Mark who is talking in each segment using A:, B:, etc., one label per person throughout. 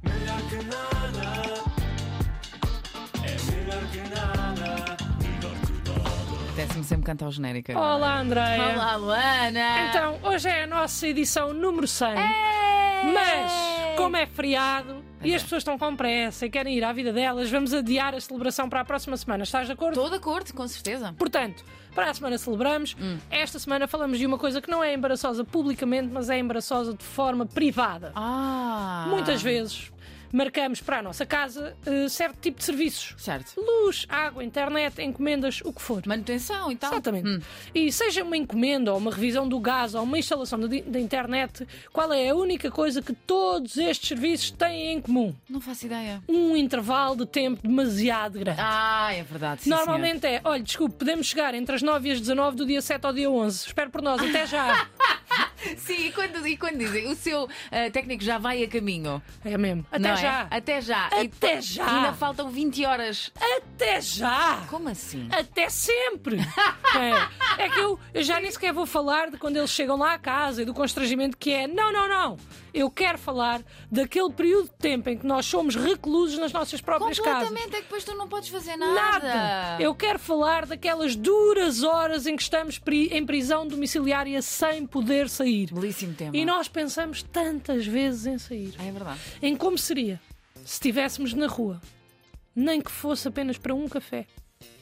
A: que nada. É melhor que nada. Melhor que nada.
B: Apetece-me sempre cantar o genérico agora.
C: Olá, Andréia.
B: Olá, Luana!
C: Oh, é. Então, hoje é a nossa edição número 100.
B: Ei!
C: Mas, como é feriado
B: É! Pois
C: e as
B: é.
C: pessoas estão com pressa e querem ir à vida delas, vamos adiar a celebração para a próxima semana. Estás de acordo?
B: Estou de acordo, com certeza.
C: Portanto, para a semana celebramos.
B: Hum.
C: Esta semana falamos de uma coisa que não é embaraçosa publicamente, mas é embaraçosa de forma privada.
B: Ah!
C: Muitas vezes marcamos para a nossa casa eh, certo tipo de serviços:
B: Certo.
C: luz, água, internet, encomendas, o que for.
B: Manutenção e tal. Hum,
C: Exatamente. E seja uma encomenda, ou uma revisão do gás, ou uma instalação da, da internet, qual é a única coisa que todos estes serviços têm em comum?
B: Não faço ideia.
C: Um intervalo de tempo demasiado grande.
B: Ah, é verdade. sim,
C: Normalmente é, olha, desculpe, podemos chegar entre as 9 e as 19 do dia 7 ao dia 11. Espero por nós, até já.
B: senhor. Sim, e quando, e quando dizem o seu ah, técnico já vai a caminho?
C: é mesmo. Até
B: Não é?
C: já.
B: Até já! E-
C: Até já.
B: Ainda faltam 20 horas!
C: Até já.
B: Como assim?
C: Até sempre! é, é que eu, eu já nem sequer vou falar de quando eles chegam lá à casa e do constrangimento que é. Não, não, não! Eu quero falar daquele período de tempo em que nós somos reclusos nas nossas próprias casas.
B: Completamente, é que depois tu não podes fazer nada!
C: Nada! Eu quero falar daquelas duras horas em que estamos pri- em prisão domiciliária sem poder sair.
B: Belíssimo tema.
C: E nós pensamos tantas vezes em sair.
B: Ah, é verdade.
C: Em como seria se estivéssemos na rua, nem que fosse apenas para um café,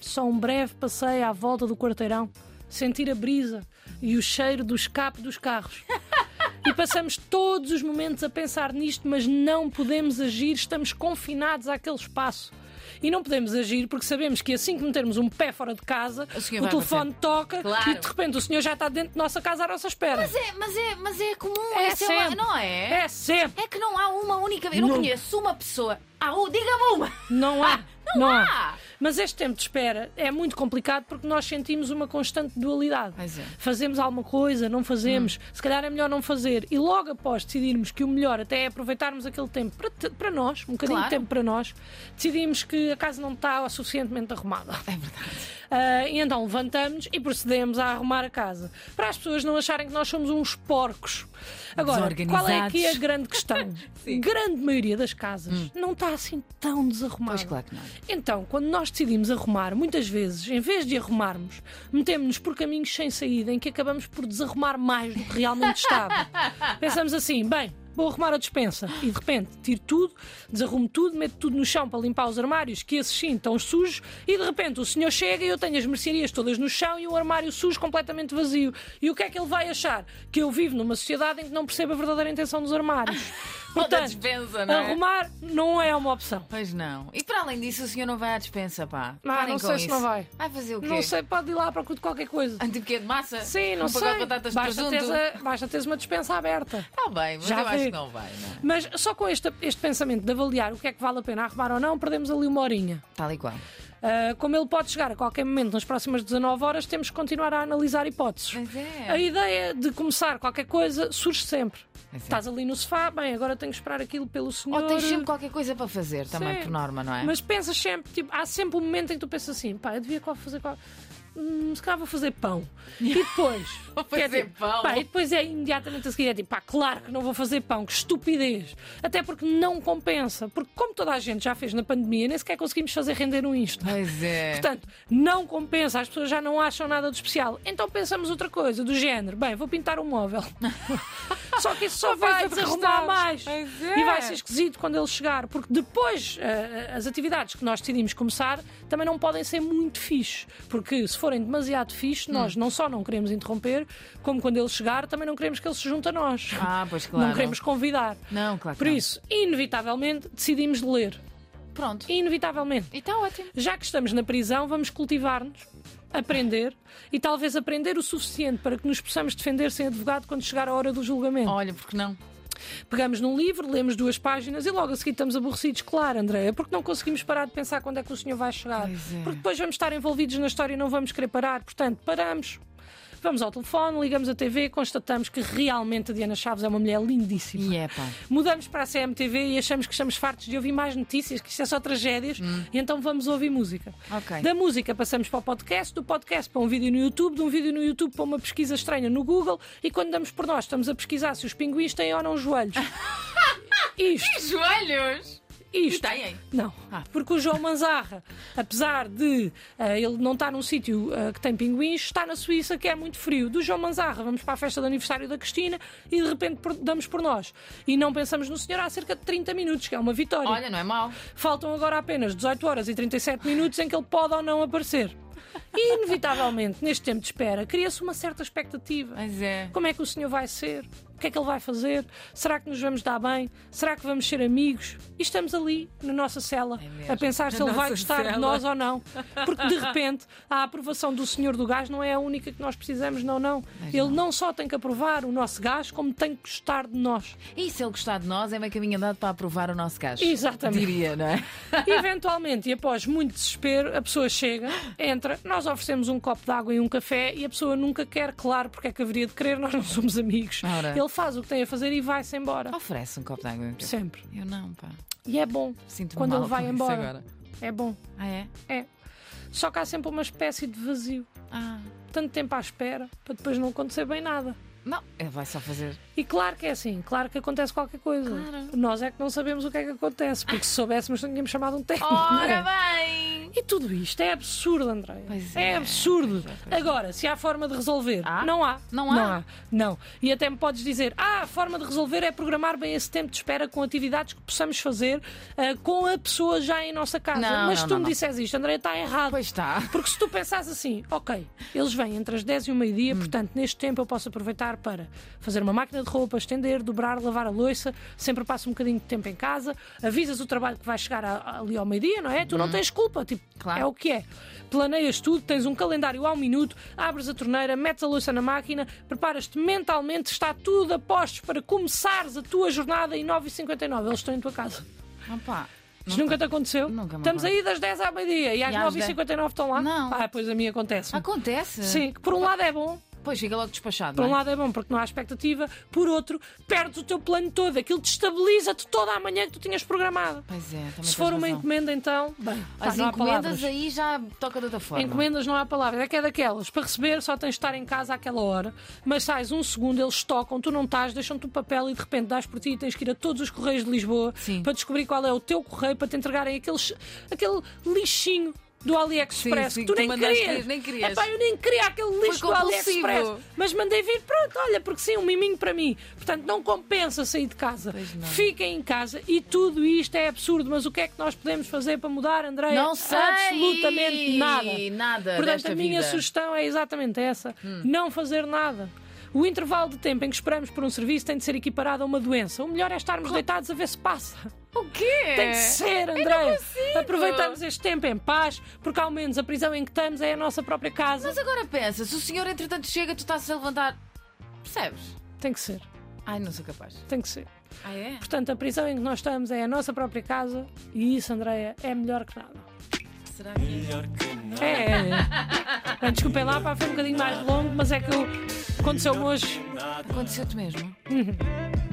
C: só um breve passeio à volta do quarteirão, sentir a brisa e o cheiro do escape dos carros. E passamos todos os momentos a pensar nisto, mas não podemos agir, estamos confinados àquele espaço. E não podemos agir porque sabemos que assim que metermos um pé fora de casa,
B: O senhor
C: o
B: vai
C: telefone toca
B: Claro.
C: e de repente o senhor já está dentro de nossa casa à nossa espera.
B: Mas é, mas é, mas é comum,
C: É
B: essa uma-
C: sempre.
B: não é?
C: É sempre.
B: É que não há uma única vez. Eu não
C: Não.
B: conheço uma pessoa. Ah, oh, diga-me uma!
C: Não há.
B: Ah, não há.
C: Mas este tempo de espera é muito complicado porque nós sentimos uma constante dualidade.
B: Pois é. Hum.
C: Fazemos alguma coisa, não fazemos, se calhar é melhor não fazer. E logo após decidirmos que o melhor até é aproveitarmos aquele tempo para, te- para nós, um bocadinho
B: Claro.
C: de tempo para nós, decidimos que a casa não está suficientemente arrumada.
B: É verdade.
C: Ah, e então levantamos e procedemos a arrumar a casa. Para as pessoas não acharem que nós somos uns porcos. Agora, qual é aqui a
B: Desorganizados.
C: grande questão?
B: Sim. Hum.
C: grande maioria das casas não está assim tão desarrumada.
B: Pois claro que não.
C: Então, quando nós decidimos arrumar, muitas vezes, em vez de arrumarmos, metemos-nos por caminhos sem saída em que acabamos por desarrumar mais do que realmente estava. Pensamos assim, bem. Vou arrumar a despensa e de repente tiro tudo, desarrumo tudo, meto tudo no chão para limpar os armários, que esses sim estão sujos, e de repente o senhor chega e eu tenho as mercearias todas no chão e o armário sujo completamente vazio. E o que é que ele vai achar? Que eu vivo numa sociedade em que não percebo a verdadeira intenção dos armários.
B: Ou da
C: Portanto,
B: despensa, não é?
C: arrumar não é uma opção.
B: Pois não. E para além disso, o senhor não vai à dispensa, pá. Parem
C: Ah, não
B: com
C: sei
B: isso.
C: se não vai.
B: Vai fazer o quê?
C: Não sei, pode ir lá à procura de qualquer coisa.
B: Antibiquê de massa?
C: Sim, não
B: um pacote
C: sei.
B: de batatas de
C: basta, teres
B: presunto?
C: a- basta teres uma dispensa aberta.
B: Está bem, mas
C: Já
B: eu acho
C: vi.
B: que não vai, não é?
C: Mas só com este, este pensamento de avaliar o que é que vale a pena arrumar ou não, perdemos ali uma horinha.
B: Tal e qual.
C: Ah, como ele pode chegar a qualquer momento nas próximas 19 horas, temos que continuar a analisar hipóteses.
B: Mas é.
C: A ideia de começar qualquer coisa surge sempre.
B: Mas é.
C: Estás ali no sofá, bem, agora tenho que esperar aquilo pelo senhor.
B: Ou tens sempre qualquer coisa para fazer, também
C: Sim.
B: por norma, não é?
C: Mas pensas sempre, tipo, há sempre um momento em que tu pensas assim, pá, eu devia qual fazer qual. Hum, se calhar vou fazer pão. E depois.
B: Vou fazer
C: que é tipo,
B: pão.
C: pá, e depois é imediatamente a seguir, é tipo, pá, claro que não vou fazer pão, que estupidez. Até porque não compensa. Porque, como toda a gente já fez na pandemia, nem sequer conseguimos fazer render um isto.
B: Pois é.
C: Portanto, não compensa, as pessoas já não acham nada de especial. Então pensamos outra coisa, do género, bem, vou pintar um móvel. só que isso só
B: Só vai
C: vai desarrumar
B: desarrumar.
C: mais.
B: Pois é.
C: E vai ser esquisito quando ele chegar, porque depois eh, as atividades que nós decidimos começar também não podem ser muito fixe. Porque se forem demasiado fixe,
B: Hum.
C: nós não só não queremos interromper, como quando ele chegar, também não queremos que ele se junte a nós.
B: Ah, pois claro.
C: Não queremos convidar.
B: Não, claro que
C: Por
B: não.
C: isso, inevitavelmente, decidimos ler.
B: Pronto. E
C: Inevitavelmente
B: está ótimo.
C: já que estamos na prisão, vamos cultivar-nos, aprender e talvez aprender o suficiente para que nos possamos defender sem advogado quando chegar a hora do julgamento.
B: Olha, porque não?
C: Pegamos num livro, lemos duas páginas e logo a seguir estamos aborrecidos, claro, Andréia, porque não conseguimos parar de pensar quando é que o senhor vai chegar.
B: Pois é.
C: Porque depois vamos estar envolvidos na história e não vamos querer parar, portanto, paramos. Vamos ao telefone, ligamos a TV, constatamos que realmente a Diana Chaves é uma mulher lindíssima.
B: E é, pá.
C: Mudamos para a CMTV e achamos que estamos fartos de ouvir mais notícias, que isto é só tragédias, e então vamos ouvir música.
B: Ok.
C: Da música passamos para o podcast, do podcast para um vídeo no YouTube, de um vídeo no YouTube para uma pesquisa estranha no Google, e quando damos por nós, estamos a pesquisar se os pinguins têm ou não joelhos. Isto,
B: Joelhos!
C: Isto.
B: E têm?
C: Não.
B: Ah.
C: Porque o João Manzarra, apesar de ah, ele não estar num sítio ah, que tem pinguins, está na Suíça que é muito frio. Do João Manzarra, vamos para a festa de aniversário da Cristina e de repente por- damos por nós. E não pensamos no senhor há cerca de 30 minutos, que é uma vitória.
B: Olha, não é mau.
C: Faltam agora apenas 18 horas e 37 minutos em que ele pode ou não aparecer. E, inevitavelmente, neste tempo de espera, cria-se uma certa expectativa.
B: Mas é.
C: Como é que o senhor vai ser? O que é que ele vai fazer? Será que nos vamos dar bem? Será que vamos ser amigos? E estamos ali, na nossa cela,
B: É mesmo.
C: a pensar se
B: Na
C: ele vai
B: nossa
C: gostar de
B: cela.
C: nós ou não. Porque, de repente, a aprovação do senhor do gás não é a única que nós precisamos, não, não.
B: Mas
C: ele não só tem que aprovar o nosso gás, como tem que gostar de nós.
B: E se ele gostar de nós, é meio caminho andado para aprovar o nosso caso.
C: Exatamente.
B: Diria, não é?
C: Eventualmente, e após muito desespero, a pessoa chega, entra, nós oferecemos um copo de água e um café e a pessoa nunca quer, claro, porque é que haveria de querer, nós não somos amigos.
B: Ora.
C: Ele faz o que tem a fazer e vai-se embora.
B: Oferece um copo de água.
C: Sempre.
B: Eu não, pá.
C: E é bom.
B: Sinto-me
C: Quando
B: mal
C: ele vai
B: com isso
C: embora.
B: agora.
C: É bom.
B: Ah, é?
C: É. Só que há sempre uma espécie de vazio.
B: Ah.
C: Tanto tempo à espera para depois não acontecer bem nada.
B: Não, ele vai só fazer.
C: E claro que é assim, claro que acontece qualquer coisa.
B: Claro.
C: Nós é que não sabemos o que é que acontece, porque se soubéssemos tínhamos chamado um técnico. não é?
B: Ora bem!
C: E tudo isto é absurdo, André.
B: Pois
C: é.
B: é,
C: absurdo.
B: pois é, pois é.
C: Agora, se há forma de resolver,
B: Há?
C: não há.
B: Não há?
C: Não Não. E até me podes dizer, ah, a forma de resolver é programar bem esse tempo de espera com atividades que possamos fazer ah, com a pessoa já em nossa casa.
B: Não,
C: Mas
B: não,
C: se tu
B: não,
C: me
B: não.
C: disseres isto, André, está errado.
B: Pois está.
C: Porque se tu pensares assim, ok, eles vêm entre as 10 e o meio-dia, portanto, neste tempo eu posso aproveitar para fazer uma máquina de roupa, estender, dobrar, lavar a louça, sempre passo um bocadinho de tempo em casa, avisas o trabalho que vai chegar a- ali ao meio-dia, não é? Tu não tens culpa, tipo,
B: Claro.
C: é o que é. Planeias tudo, tens um calendário ao minuto, abres a torneira, metes a louça na máquina, preparas-te mentalmente, está tudo a postos para começares a tua jornada em 9h59. Eles estão em tua casa.
B: Não, pá.
C: Isto nunca te aconteceu?
B: Nunca me
C: Estamos aí das 10 à meio-dia e às
B: E às
C: 9h59 estão lá?
B: Não.
C: Ah, pois a mim acontece.
B: Acontece.
C: Sim, que por um lado é bom,
B: Pois fica logo despachado.
C: por um
B: não é?
C: lado é bom porque não há expectativa, por outro, perdes o teu plano todo, aquilo destabiliza-te toda a manhã que tu tinhas programado.
B: Pois é, também
C: Se
B: tens
C: for uma
B: razão.
C: encomenda, então, bem, pá,
B: As
C: não há
B: encomendas
C: palavras.
B: aí já toca de outra forma.
C: Encomendas não há palavras, é que é daquelas. Para receber, só tens de estar em casa àquela hora, mas sais um segundo, eles tocam, tu não estás, deixam-te o papel e de repente dás por ti e tens que ir a todos os correios de Lisboa
B: Sim.
C: para descobrir qual é o teu correio para te entregarem aqueles, aquele lixinho. Do AliExpress,
B: Sim, sim,
C: que
B: que
C: tu
B: tu
C: nem
B: mandaste
C: querias.
B: vir, nem querias.
C: Epá, eu nem queria aquele lixo do
B: compulsivo.
C: AliExpress. Mas mandei vir, pronto, olha, porque sim, um miminho para mim. Portanto, não compensa sair de casa.
B: Pois não.
C: Fiquem em casa e tudo isto é absurdo. Mas o que é que nós podemos fazer para mudar, André?
B: Não sei
C: é absolutamente nada.
B: nada
C: Portanto,
B: desta
C: a minha
B: vida. Hum.
C: sugestão é exatamente essa: não fazer nada. O intervalo de tempo em que esperamos por um serviço tem de ser equiparado a uma doença. O melhor é estarmos deitados a ver se passa.
B: O quê?
C: Tem de ser, André. Aproveitamos este tempo em paz, porque ao menos a prisão em que estamos é a nossa própria casa.
B: Mas agora pensa, se o senhor entretanto chega, tu estás a levantar. Percebes?
C: Tem que ser,
B: Ai, não sou capaz.
C: tem que ser.
B: Ah, é?
C: Portanto, a prisão em que nós estamos é a nossa própria casa e isso, Andreia, é melhor que nada.
B: Será que.
A: Melhor que nada.
C: É. é, é. Bem, Desculpem lá, pá, foi um bocadinho mais longo, mas é que eu- aconteceu-me hoje.
B: Aconteceu-te mesmo?